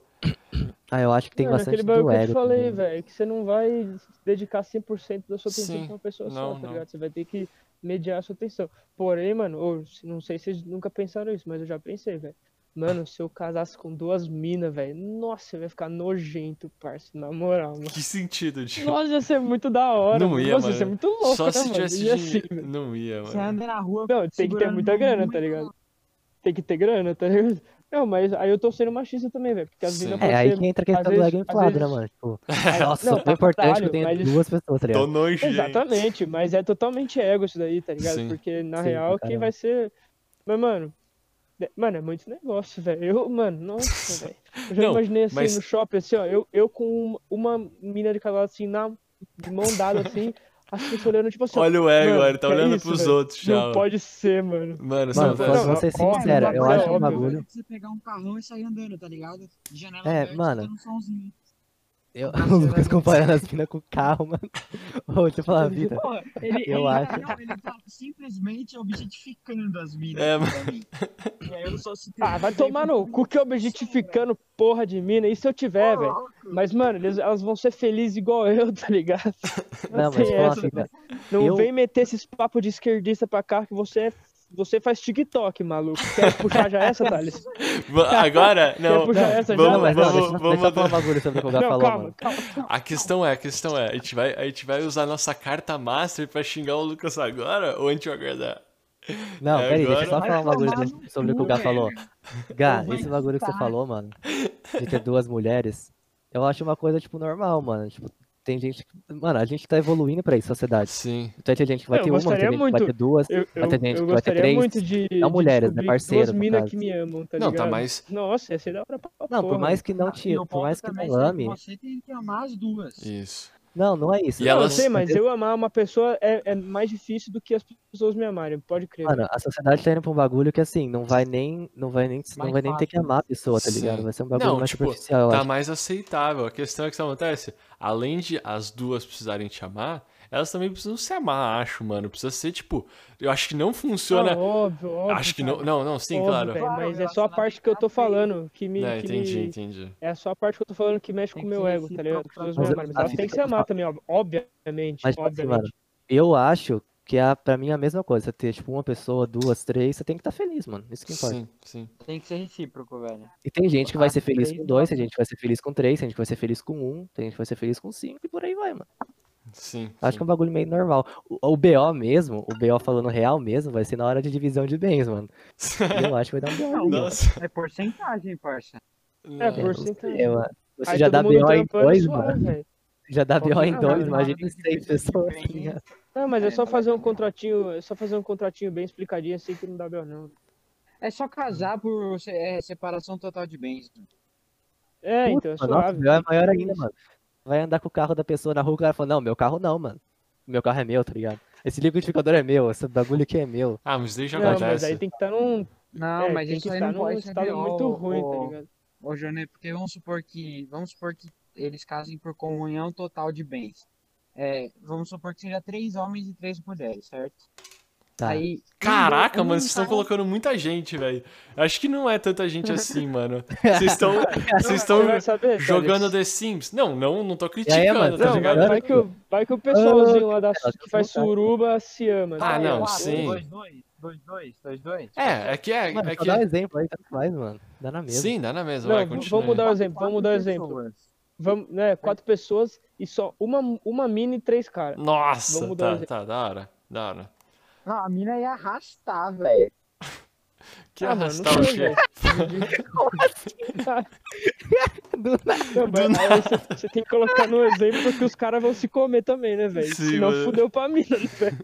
D: Ah, eu acho que tem
A: Mano,
D: bastante
A: aquele bagulho
D: do
A: que eu te
D: ego
A: falei,
D: também.
A: velho, que você não vai dedicar 100% da sua atenção
B: Sim.
A: pra uma pessoa
B: Não,
A: só, tá
B: não.
A: ligado? Você vai ter que mediar a sua atenção. Porém, mano, ou, se- não sei se vocês nunca pensaram isso, mas eu já pensei, velho. Mano, se eu casasse com duas minas, velho, nossa, vai ficar nojento, parça, na moral, mano.
B: Que sentido, tipo.
A: Nossa, ia ser muito da hora,
B: Não
A: mano.
B: ia,
A: Nossa,
B: mano.
A: ia ser muito louco,
B: Só
A: né,
B: se
A: mano?
B: tivesse
A: E assim,
B: dinheiro. Não ia,
C: Você
B: mano.
C: anda na rua.
A: não, tem que ter
C: segurando
A: muita grana, tá
C: muito-
A: ligado? Tem que ter grana, tá ligado? Não, mas aí eu tô sendo machista também, velho, porque as
B: Sim.
A: minas
D: É, aí
A: podem
D: que
A: ser...
D: entra a
A: às
D: questão do
A: vezes-
D: ego
A: às
D: inflado, né,
A: vezes- É,
D: mano? Tipo,
A: Não,
D: nossa,
A: pra
D: super importante que
A: caralho,
D: eu tenho
A: mas-
D: duas pessoas,
B: Tô
D: tá ligado?
B: nojento.
A: Exatamente, mas é totalmente ego isso daí, tá ligado?
B: Sim.
A: Porque na
D: Sim, pra
A: real quem
D: caramba.
A: vai ser. Mas, mano. é- Mano, é muito negócio, velho. Eu, mano, nossa, velho. Eu já
B: Não,
A: imaginei assim
B: mas-
A: no shopping, assim, ó. Eu, eu com um, uma, uma mina de casal assim, na de mão dada, assim, as pessoas olhando, tipo assim, ó,
B: Olha o ego,
A: mano,
B: olha, ele tá
A: que é
B: olhando
A: isso,
B: pros
A: velho?
B: outros já.
A: Não
B: ó.
A: pode ser, mano.
B: Mano,
D: Mano,
B: sabe- é.
D: vou
A: não,
D: ser
A: ó,
D: sincero,
A: mas
D: eu
A: é
D: acho um
A: óbvio,
D: bagulho.
C: Você pegar um carrão e sair andando, tá ligado? De janela
D: É,
C: aberta,
D: mano.
C: escutando um sonzinho.
D: Eu,
C: Nossa,
D: o Lucas
C: velho.
D: comparando as minas com carro, mano. Ô, deixa eu falar a vida.
C: Porra, ele,
D: Eu
C: ele,
D: acho.
C: Não, ele tá simplesmente objetificando as minas
B: É,
C: pra mim. E aí eu só citei-
A: Ah, vai tomar no cu
C: né?
A: que é objetificando porra de mina. E se eu tiver, velho? Mas, mano, eles- elas vão ser felizes igual eu, tá ligado?
D: Não, mas
A: tem
D: fala a
A: essa,
D: vida.
A: Não
D: Eu-
A: vem meter esses papos de esquerdista pra cá que você é- Você faz TikTok, maluco. Quer puxar já essa, Thales?
B: va- Agora,
A: Quer
B: não.
A: puxar essa já?
D: Não,
B: Vamos-
D: mas não, deixa,
B: vamos-
D: deixa eu
B: vamos-
D: falar um bagulho sobre o que o Gá
A: Não,
D: falou,
A: calma,
D: mano.
A: calma.
B: A questão é, a questão é, a gente vai, a gente vai usar nossa carta master pra xingar o Lucas agora ou a gente vai aguardar?
D: Não,
B: É,
D: peraí, deixa eu
B: agora-
D: só falar um
C: Vai
D: bagulho
C: tomar
D: sobre-
C: no
D: sobre o que o
C: cu,
D: Gá
C: velho.
D: falou. Gá,
C: Vai
D: esse bagulho que você
C: tá.
D: falou, mano, de ter duas mulheres, eu acho uma coisa, tipo, normal, mano. Tipo, Tem gente que. Mano, a gente tá evoluindo pra isso, sociedade.
B: Sim.
D: Então tem gente que vai
A: Eu
D: ter uma, tem
A: gostaria
D: gente que vai
A: muito-
D: ter duas.
A: Eu, eu,
D: Vai ter gente
A: eu
D: que vai ter
A: gostaria
D: três.
A: muito de. de
D: mulheres, né,
A: descobrir
D: parceiras,
A: Duas
D: no
A: minas
D: caso.
A: que me amam, tá
B: não,
A: ligado?
B: tá mais.
A: Nossa, ia ser da hora pra
D: Não, por
A: porra,
D: mais que não
C: Ah, E
D: te.
C: o
D: Por
C: ponto
D: mais que
C: também é
D: não
C: seria que
D: lame.
C: Você tem que amar as duas.
B: Isso.
D: Não, não é isso.
B: E
D: Não,
A: Não, eu
B: elas-
A: sei, mas eu amar uma pessoa é, é mais difícil do que as pessoas me amarem, pode crer. Ah,
D: Mano, a sociedade tá indo pra um bagulho que assim, não vai nem. Não vai nem, não
C: Mais
D: vai nem ter
C: fácil.
D: que amar a pessoa, tá ligado?
B: Sim.
D: Vai ser um bagulho
B: Não,
D: mais
B: tipo,
D: superficial, eu
B: tá
D: acho.
B: mais aceitável. A questão é que isso acontece. Além de as duas precisarem te amar, elas também precisam se amar, acho, mano. Precisa ser, tipo. Eu acho que não funciona.
A: Não, óbvio, óbvio.
B: acho que
A: cara.
B: não. Não, não, sim,
A: Óbvio,
B: claro.
A: velho,
C: Claro,
A: mas é só a
C: relacionamento
A: parte que eu tô
C: tá feio.
A: falando que me.
B: Não,
A: que
B: entendi,
A: me-
B: entendi.
A: É só a parte que eu tô falando que mexe com o
C: Tem
A: meu
C: que
A: ego,
C: se
A: tá ligado? As
C: preocupar
A: pessoas
C: com
A: me
D: as
A: amarem, mas elas
D: outras
A: têm que se
D: pessoas.
A: amar também, ob- obviamente.
D: Mas, tipo assim,
A: obviamente.
D: mano, eu acho que a, pra mim é a mesma coisa. Você ter, tipo, uma pessoa, duas, três, você tem que estar feliz, mano. Isso que importa.
B: Sim, sim.
C: Tem que ser recíproco, velho.
D: E tem gente que vai ser
C: Ah,
D: feliz
C: três
D: com
C: não
D: dois, tem gente que vai ser feliz com três, tem gente que vai ser feliz com um, tem gente que vai ser feliz com cinco e por aí vai, mano.
B: Sim.
D: Acho que é um bagulho meio normal. O, o BO mesmo, o BO falando real mesmo, vai ser na hora de divisão de bens, mano.
B: sim.
D: Eu acho que vai dar um BO. aí, mano.
B: Nossa.
C: É porcentagem, parça.
A: É,
D: É,
A: por
D: não
A: cento-
D: sei, mano. Você
A: Aí
D: já
A: todo
D: dá
A: mundo
D: BO em
A: trampando,
D: dois,
A: suave, um
D: mano.
A: velho.
D: Já dá
A: Pode
D: BO em
A: ser,
D: dois,
A: mano.
D: imagina em
A: tipo
D: seis pessoas.
C: Bem,
D: tá ligado?
A: Não, mas
C: É,
A: é só
C: vai
A: fazer um
C: tomar.
A: contratinho, é só fazer um contratinho bem explicadinho assim que não dá bem não.
C: É só casar por se- é, separação total de bens.
A: É, então, é
D: Puta, nossa, o
A: suave.
D: BO é maior ainda, mano. Vai andar com o carro da pessoa na rua, o cara fala, não, meu carro não, mano. Meu carro é meu, tá ligado? Esse liquidificador é meu, esse bagulho aqui é meu.
B: Ah, mas daí já
A: Não, mas
B: acontece.
A: aí tem que estar num,
C: Não,
A: é,
C: mas
A: tem
C: isso
A: que
C: aí
A: estar
C: não
A: num
C: pode ser
A: estado
C: BO,
A: muito ruim, tá
C: ô-
A: ligado?
C: Ô, Jonê, porque vamos supor que. Vamos supor que eles casem por comunhão total de bens. É, vamos supor que seja três homens e três mulheres, certo?
D: Tá.
C: Aí. um
B: Caraca,
C: do- um
B: mano, vocês estão
C: sai-
B: colocando muita gente, velho. Acho que não é tanta gente assim, mano. Vocês estão. Vocês estão.
A: Você vai saber,
B: Jogando
A: Thales.
B: The Sims? Não, não, não tô
D: E
B: criticando,
D: aí, mano,
B: tá
A: Não, vai,
B: ligado?
A: vai que o, vai que o pessoalzinho lá da,
D: cara,
A: que faz suruba se ama.
C: um
B: Ah,
A: tá
B: não,
A: ligado?
C: Quatro,
B: sim.
C: Dois, dois, dois, dois, dois, dois.
B: É, é que é.
D: Mano,
B: é
D: só
B: que...
D: dá um exemplo aí, tanto faz, mano. Dá na mesma.
B: Sim, dá na mesa,
A: Não,
B: vai,
A: v- vamos
B: continua. aí.
A: mudar- Dá o exemplo, vamos dar o exemplo.
C: pessoas.
A: Vamos, né, quatro pessoas e só uma, uma mina e três caras.
B: Nossa,
A: Vamos mudar o
B: tá,
A: exemplo.
B: tá, da hora, da hora.
C: Não, a mina ia arrastar, velho.
B: Que
A: Ah, mano,
B: arrastar
A: não
B: o
A: sei,
B: quê?
A: velho.
D: Do nada.
A: Não, mas aí você, você tem que colocar no exemplo que os caras vão se comer também, né, velho?
B: Sim, é.
A: Senão
B: mano.
A: fudeu pra mina, né, velho?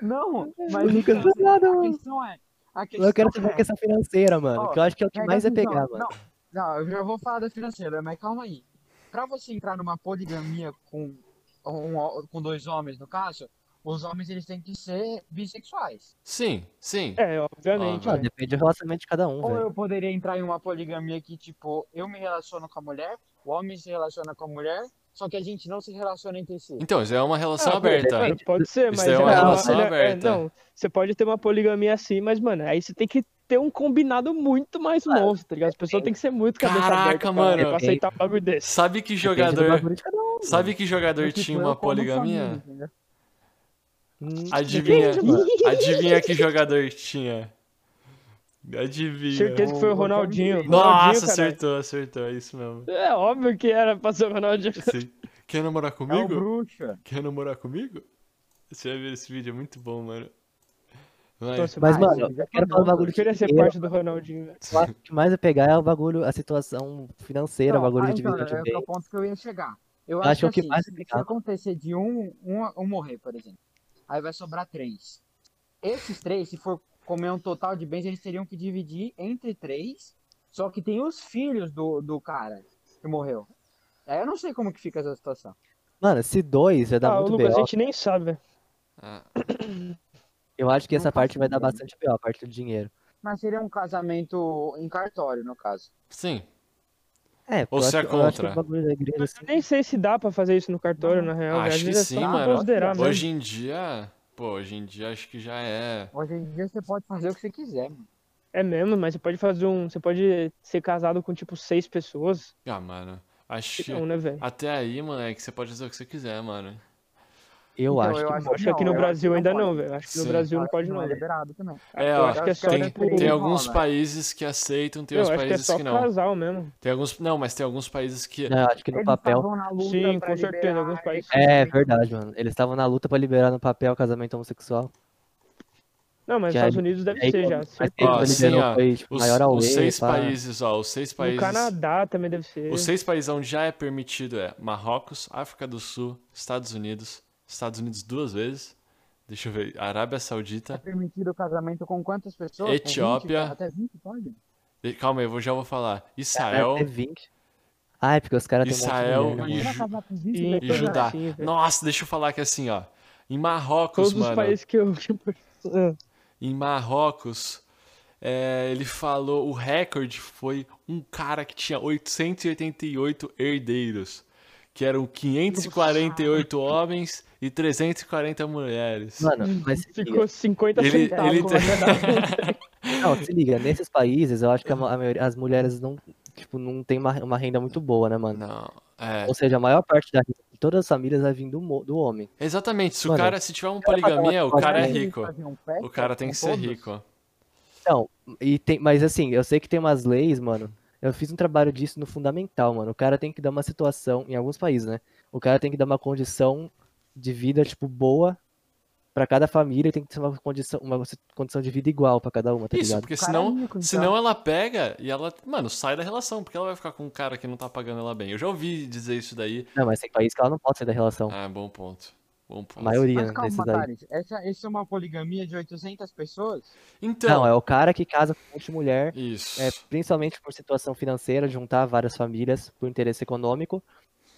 C: Não,
D: Eu
C: mas
D: nunca
C: então,
D: fiz nada,
C: a
D: mano.
C: questão é. A questão
D: Eu quero saber
C: é-
D: a questão financeira, mano.
C: Ó,
D: Que eu acho que é o que
C: Mas
D: mais é
C: assim,
D: pegar,
C: não,
D: mano.
C: Não, não, eu já vou falar da financeira, mas calma aí. Pra você entrar numa poligamia com, um- com dois homens, no caso, os homens eles têm que ser bissexuais.
B: Sim, sim.
A: É, obviamente.
B: Ó,
D: Mano,
A: velho.
D: depende do relacionamento de cada um,
C: Ou
D: velho.
C: eu poderia entrar em uma poligamia que, tipo, eu me relaciono com a mulher, o homem se relaciona com a mulher, só que a gente não se relaciona entre si.
B: Então, isso é uma relação
A: Ah,
B: aberta.
A: Mano, pode ser,
B: Isso
A: mas
B: daí é
D: uma
B: relação
A: ele
B: aberta.
A: não, você pode ter uma poligamia assim, mas, mano, aí você tem que ter um combinado muito mais monstro, tá ligado? As pessoas têm que ser muito cabeça
B: Caraca,
A: aberta pra-
B: mano.
A: pra aceitar um bagulho desse.
B: Sabe que
D: Depende do
B: jogador.
D: bagulho de cada um, mano.
B: Sabe que jogador
C: Tipo,
B: tinha
C: eu
B: uma
C: como família,
B: poligamia?
C: entendeu?
D: Hum,
B: Adivinha.
D: depende, mano.
B: Adivinha que jogador tinha? Adivinha.
A: Certeza que foi o
C: o- o
A: Ronaldinho. Ronaldinho,
B: Nossa,
A: caralho.
B: acertou, acertou, é isso mesmo.
A: É óbvio que era pra ser o Ronaldinho.
B: Sim. Quer namorar
C: É o
B: comigo?
C: bruxa.
B: Quer namorar comigo? Você vai ver esse vídeo, é muito bom, mano. Vai.
A: Nossa,
D: Mas,
A: Ah,
D: mano,
A: isso
D: eu quero
C: É tá
D: falar um bagulho
A: Eu queria ser
D: dinheiro.
A: parte do Ronaldinho, velho.
D: Eu acho que O que mais é pegar é o bagulho, a situação financeira, o
C: Não,
D: bagulho
C: ah,
D: de
C: então,
D: divisão de
C: é, que é
D: bens.
C: o ponto que eu ia chegar. Eu
D: Acho
C: acho,
D: que é o
C: que
D: que
C: assim,
D: mais
C: se, se
D: pegava.
C: acontecer de um, um, um morrer, por exemplo, aí vai sobrar três. Esses três, se for comer um total de bens, eles teriam que dividir entre três, só que tem os filhos do, do cara que morreu. Aí eu não sei como que fica essa situação.
D: Mano, se dois já dá
A: Ah, o
D: muito
A: Lucas, a
D: BO,
A: gente nem sabe, velho.
B: Ah,
D: eu acho que
C: não
D: essa
C: faz
D: parte vai dar
C: sentido.
D: bastante BO, a parte do dinheiro.
C: Mas seria um casamento em cartório, no caso.
B: sim.
D: É,
B: Ou
D: eu
B: se
D: acho-
B: é
D: eu acho que
B: contra.
D: o bagulho da igreja, assim,
A: Eu nem sei se dá pra fazer isso no cartório, na real. velho.
B: Acho
A: Às
B: que
A: vezes é
B: sim,
A: só pra
B: mano.
A: considerar mesmo.
B: Hoje em dia. Pô, hoje em dia acho que já é.
C: Hoje em dia você pode fazer o que você quiser, mano.
A: É mesmo, mas você pode fazer um. Você pode ser casado com tipo seis pessoas.
B: Ah, mano. Acho que.
A: Não, né, velho?
B: Até aí, moleque, você pode fazer o que você quiser, mano.
D: eu
C: Então,
D: acho
C: eu
D: que
C: acho
A: Eu Acho que aqui
C: Não,
A: no
C: eu acho
A: Brasil
C: que não
A: ainda
C: pode.
A: não, velho. Acho que no
B: Sim.
A: Brasil não
C: Acho
A: pode,
C: que
A: não.
C: é
A: velho.
C: liberado também.
B: É,
A: Eu
B: ó,
A: acho que é só,
B: tem,
A: tipo,
B: tem alguns
C: rola.
B: países que aceitam, tem
A: Eu
B: uns
A: acho que é
B: países
A: só
B: que não.
A: casal mesmo.
B: Tem alguns. Não, mas tem alguns países que.
D: Não, eu acho que no papel.
A: Sim, com certeza. Alguns países.
D: É verdade, mano. Eles estavam na luta pra liberar no papel o casamento homossexual.
A: Não, mas
D: Já-
A: Estados Unidos deve
D: Aí,
A: ser já.
D: mas
A: certeza.
D: quem
B: Ó,
D: liberou
B: sim, ó,
D: foi, tipo,
B: Os,
D: maior ao
B: os seis países, ó, os seis
A: No
B: países.
A: Canadá também deve ser.
B: Os seis países onde já é permitido é Marrocos, África do Sul, Estados Unidos, Estados Unidos duas vezes. Deixa eu ver, Arábia
C: É
B: Saudita.
C: permitido o casamento com quantas pessoas? Com 20?
B: Etiópia.
C: Até 20 pode?
B: E- Calma aí, eu vou- já vou falar. Israel,
A: É,
D: Ah, é porque os caras têm um monte de
B: Israel
D: mulher, né,
B: e
D: mano?
C: Pra
B: Ju-
C: casar com 20
A: Sim,
B: e Judá.
A: Sim, velho.
B: Nossa, deixa eu falar que assim, ó. Em Marrocos,
A: assim, né? Todos os
B: mano.
A: países que eu. tipo, ah,
B: Em Marrocos, é, ele falou, o recorde foi um cara que tinha 888 herdeiros, que eram 548 homens e 340 mulheres.
D: Mano, mas se liga.
A: Ficou 50
B: Ele-
A: centavos.
B: ele
A: com
B: tem-
A: cada um.
D: Não, se liga, nesses países eu acho que a ma- a maioria- as mulheres não, tipo, não tem uma, uma renda muito boa, né, mano?
B: Não, é.
D: Ou seja, a maior parte da renda de todas as famílias vai vir do, mo- do homem.
B: Exatamente, se o
D: Mano,
B: cara, se tiver uma
D: cara
B: poligamia, o
D: pagar uma
B: cara é
D: faculdade,
B: rico.
C: um
B: O cara tem que ser rico.
D: Então, e tem, mas assim, eu sei que tem umas leis, mano. Eu fiz um trabalho disso no fundamental, mano. O cara tem que dar uma situação, em alguns países, né? O cara tem que dar uma condição de vida, tipo, boa pra cada família e tem que ser uma condição, uma condição de vida igual pra cada uma, tá
B: Isso,
D: ligado?
B: porque
C: Cara
B: senão,
C: é rico, então.
B: senão ela pega e ela, mano, sai da relação, porque ela vai ficar com um cara que não tá pagando ela bem. Eu já ouvi dizer isso daí.
D: Não, mas tem país que ela não pode sair da relação.
B: Ah, bom ponto. Bom
D: Então. A
B: ponto.
D: maioria,
C: Mas
D: né,
C: calma,
D: desses aí.
C: Thales, essa, essa é uma poligamia de 800 pessoas?
B: Então,
D: Não, é o cara que casa com um monte de mulher,
B: isso.
D: é, principalmente por situação financeira, juntar várias famílias por interesse econômico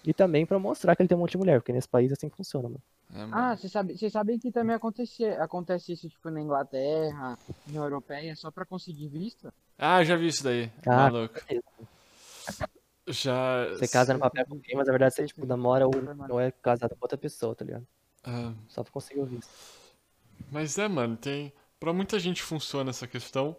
D: e também pra mostrar que ele tem um monte de mulher, porque nesse país assim funciona, mano.
B: É, mano.
C: Ah, vocês sabem sabe que também acontece, acontece isso, tipo, na Inglaterra, na Europeia, só pra conseguir visto?
D: É,
B: Ah, já vi isso daí.
D: Ah,
B: Maluco.
D: certeza.
B: Já.
D: Você casa no papel com alguém, mas na verdade você tipo namora ou não é casado com outra pessoa, tá ligado?
B: Ah,
D: Só pra conseguir ouvir isso.
B: mas é, mano, tem. Pra muita gente funciona essa questão.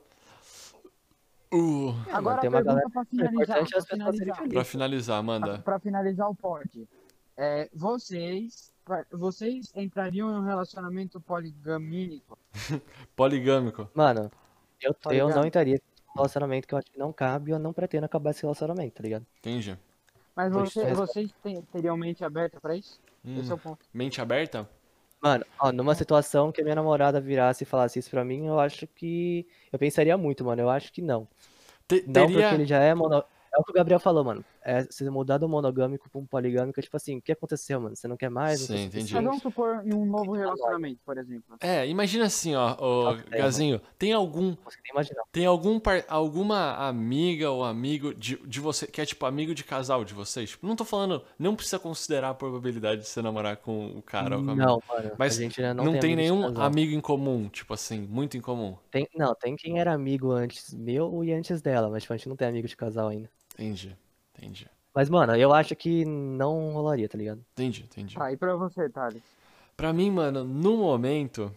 B: Uh,
C: Agora,
D: tem
C: a pergunta
D: uma galera-
C: pra
D: O
C: finalizar,
D: importante é as
C: pra
D: pessoas serem
C: finalizar.
B: pra
D: felizes.
B: finalizar,
C: Pra-
B: manda.
C: Pra finalizar o pod, é, vocês, pra- vocês entrariam em um relacionamento poligamínico?
D: Ah.
B: Poligâmico.
D: Mano, eu,
C: Tá
D: eu
C: ligado?
D: não entraria em um relacionamento que eu acho que não cabe e eu não pretendo acabar esse relacionamento, tá ligado?
B: Entendi.
C: Mas
D: Pois
C: você-
D: é.
C: vocês te- teriam mente aberta pra isso?
B: Hum,
C: Esse é o ponto.
B: Mente aberta?
D: Mano, ó, numa situação que a minha namorada virasse e falasse isso pra mim, eu acho que. Eu pensaria muito, mano. Eu acho que não.
B: Te-
D: Não,
B: teria.
D: porque ele já é mono... É o que o Gabriel falou, mano. É, se mudar do monogâmico pra um poligâmico, é tipo assim, o que aconteceu, mano? Você não quer mais? Não foi
B: Sim, entendi.
C: Mas
D: suficiente?
C: vamos supor em um novo relacionamento, por exemplo.
B: É, imagina assim, ó, ô,
D: Tá ferro.
B: Gazinho, tem algum
D: Não consigo tipo, nem imaginar.
B: Tem algum par- alguma amiga ou amigo de, de você, que é tipo amigo de casal de vocês? Tipo, não tô falando, não precisa considerar a probabilidade de você namorar com o cara ou com a mina.
D: Não, mano.
B: Mas
D: a gente ainda
B: Não,
D: não,
B: tem,
D: amigo de
B: nenhum
D: casal.
B: amigo em comum, tipo assim, muito em comum.
D: Tem- Não, tem quem era amigo antes meu e antes dela, mas tipo, a gente não tem amigo de casal ainda.
B: Entendi, entendi,
D: Mas, mano, eu acho que não rolaria, tá ligado?
B: entendi, entendi.
C: Tá, e pra você, Thales?
B: Pra mim, mano, no momento.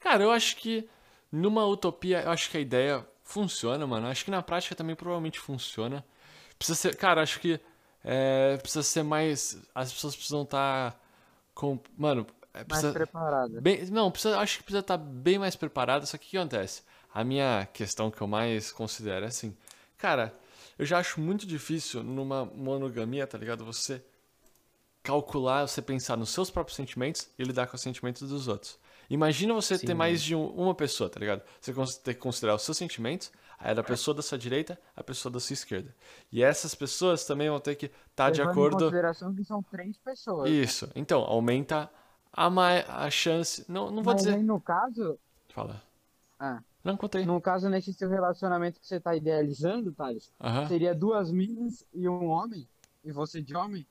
B: Cara, eu acho que numa utopia, eu acho que a ideia funciona, mano. Eu Acho que na prática também provavelmente funciona. Precisa ser. Cara, eu acho que. é, precisa ser mais. As pessoas precisam estar. com. Mano, é,
C: Mais
B: precisa.
C: preparada.
B: Bem, não, precisa, acho que precisa estar bem mais preparado. Só que o que acontece? A minha questão que eu mais considero é assim, cara, eu já acho muito difícil numa monogamia, tá ligado? Você calcular, você pensar nos seus próprios sentimentos e lidar com os sentimentos dos outros. Imagina você ter
D: Sim.
B: mais de um- uma pessoa, tá ligado? Você cons- ter que considerar os seus sentimentos, aí é da pessoa da sua direita, a pessoa da sua esquerda. E essas pessoas também vão ter que estar de
C: Levando em
B: acordo.
C: consideração que são três pessoas.
B: Isso. Então, aumenta a, ma- a chance. Não, não vou
C: Mas é
B: dizer.
C: aí, no caso,
B: Fala.
C: Ah.
B: Não, contei.
C: no caso, nesse seu relacionamento que você tá idealizando, Thales,
B: Aham.
C: seria duas minas e um homem? E você de homem?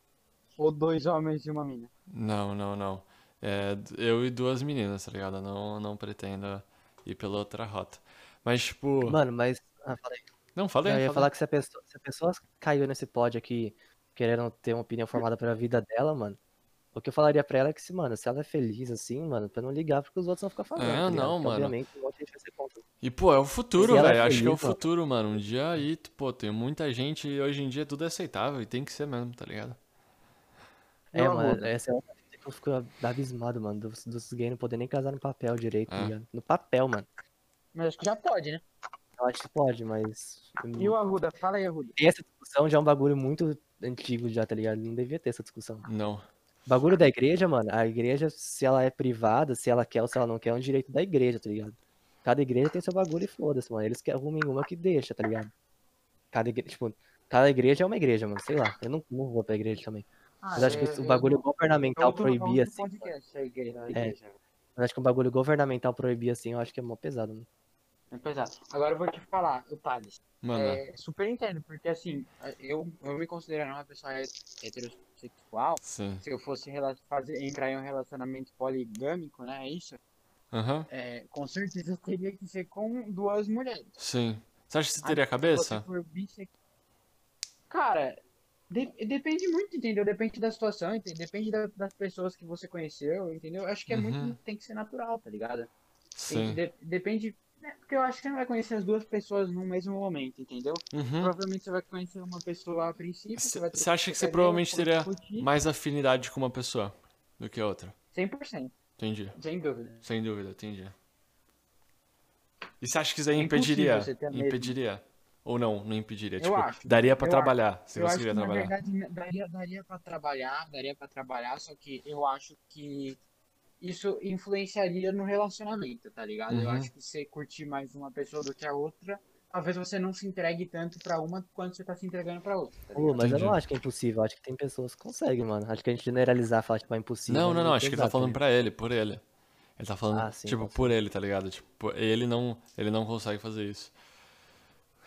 C: Ou dois homens e uma mina?
B: Não, não, não. É, d- eu e duas meninas, tá ligado? Eu Não, não pretendo ir pela outra rota. Mas, tipo.
D: Mano, mas. Ah, falei.
B: Não, falei,
D: Não, eu ia
B: falei.
D: falar que se a, pessoa, se a pessoa caiu nesse pod aqui querendo ter uma opinião formada pra vida dela, mano, o que eu falaria pra ela é que, se, mano, se ela é feliz assim, mano, pra não ligar porque os outros vão ficar falando.
B: É,
D: tá ligado?
B: não,
D: Porque,
B: mano.
D: obviamente, um monte de gente vai ser contra.
B: E, pô, é o futuro,
D: Mas ela é
B: velho. Acho que é o
D: feliz, mano.
B: futuro, mano. Um dia aí, tu- pô, tem muita gente e hoje em dia tudo é aceitável e tem que ser mesmo, tá ligado?
D: É,
C: Meu
D: mano,
C: amor.
D: essa é outra coisa que eu fico abismado, mano, dos, dos gays não poder nem casar no papel direito, tá
B: É.
D: ligado? No papel, mano.
C: Mas acho que já pode, né?
D: Eu acho que pode, mas.
C: E o Arruda? Fala aí, Arruda.
D: essa discussão já é um bagulho muito antigo já, tá ligado? Não devia ter essa discussão.
B: Não.
D: Bagulho da igreja, mano, a igreja, se ela é privada, se ela quer ou se ela não quer, é um direito da igreja, tá ligado? Cada igreja tem seu bagulho e foda-se, mano. Eles que arrumem uma que deixa, tá ligado? Cada igreja, tipo, cada igreja é uma igreja, mano. Sei lá. Eu não, não vou pra igreja também. Mas acho que o bagulho governamental proibir, assim.
C: um Podcast, a igreja, a
D: É.
C: tá igreja.
D: Mas acho que um bagulho governamental proibir, assim, eu acho que é mó pesado, mano.
C: É pesado. Agora eu vou te falar, o Thales.
B: Mano,
C: É, super entendo, porque assim, eu, eu me considero uma pessoa heterossexual.
B: sim.
C: Se eu fosse rela- fazer, entrar em um relacionamento poligâmico, né? É isso?
B: Aham,
C: É, com certeza teria que ser com duas mulheres.
B: sim. Você acha que você teria a
C: Se
B: cabeça?
C: for bissexual. Cara, de- depende muito, entendeu? Depende da situação, entende? depende da- das pessoas que você conheceu, entendeu? Eu Acho que é
B: Uhum.
C: muito. Tem que ser natural, tá ligado? Tem que
B: Sim.
C: de- depende. né, Porque eu acho que você não vai conhecer as duas pessoas no mesmo momento, entendeu?
B: Uhum.
C: Provavelmente você vai conhecer uma pessoa lá a princípio.
B: Cê-
C: vai ter
B: cê acha que você
C: trocar ideia,
B: provavelmente teria
C: discutir,
B: Mais afinidade com uma pessoa do que a outra.
C: 100%,
B: Entendi.
C: sem dúvida.
B: Sem dúvida, entendi. E você acha que isso aí
C: É
B: impediria?
C: impossível você ter a mesma.
B: Impediria. Ou não, não impediria.
C: Eu
B: tipo,
C: acho.
B: daria pra
C: Eu
B: trabalhar. Você
C: eu acho que
B: conseguiria
C: na
B: trabalhar.
C: verdade né, daria, daria para trabalhar, daria para trabalhar, só que eu acho que isso influenciaria no relacionamento, tá ligado? Eu
B: Uhum.
C: acho que você curtir mais uma pessoa do que a outra, talvez você não se entregue tanto pra uma quanto você tá se entregando pra outra. Tá
D: Pô,
C: ligado?
D: mas eu não
B: Entendi.
D: acho que é impossível. Acho que tem pessoas que conseguem, mano. Acho que a gente generalizar, falar, tipo, é impossível.
B: Não, não,
D: é
B: não. Acho que ele tá
D: pesado,
B: falando
D: né?
B: pra ele, por ele. Ele tá falando,
D: Ah, sim,
B: tipo,
D: pode ser.
B: por ele, tá ligado? Tipo, por- ele não, ele não consegue fazer isso.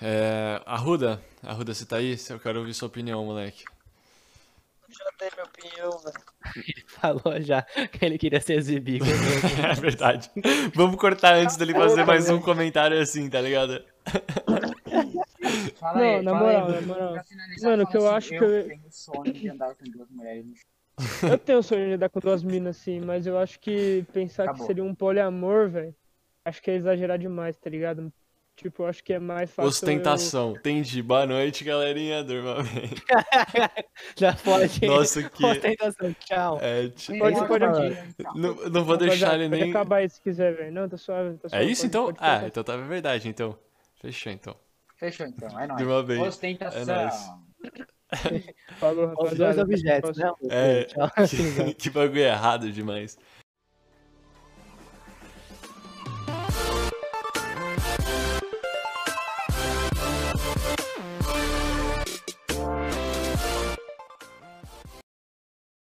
B: É, Arruda, Arruda, você tá aí? Eu quero ouvir sua opinião, moleque.
E: Já dei minha opinião, velho.
D: Falou já que ele queria se exibir.
B: é verdade. Vamos cortar antes dele fazer mais um comentário assim, tá ligado?
C: Fala
A: Não,
C: aí,
A: na
C: fala
A: moral,
C: aí,
A: na
C: Bruno,
A: moral.
C: pra finalizar,
A: Mano,
C: fala
A: que eu
C: assim,
A: acho que eu-
C: tenho sonho de andar com duas mulheres no
A: Eu tenho sonho de andar com duas minas, assim, mas eu acho que pensar
C: Tá
A: que
C: bom.
A: seria um poliamor, velho, acho que é exagerar demais, tá ligado? Tipo, eu acho que é mais fácil. eu-
B: Ostentação. Entendi. Boa noite, galerinha. Durma bem.
D: já pode.
B: Nossa, que.
D: Ostentação, tchau.
B: É, t-
A: Pode- pode
C: então.
B: não, não vou deixar
A: Rapaziada,
B: ele
A: pode
B: nem.
A: acabar aí se quiser, velho. Não, tá suave, tá
B: É
A: suave,
B: isso
A: pode-
B: então?
A: pode
B: Ah,
A: cortar.
B: então tá é verdade, então. Fechou então.
C: Fechou então, é nóis.
B: Durma bem.
C: Ostentação.
B: É nóis.
A: Falou,
D: Os dois
A: rapaziada. até a
D: objetos,
A: próxima.
D: né?
B: É,
D: Tchau.
B: que, que bagulho errado demais.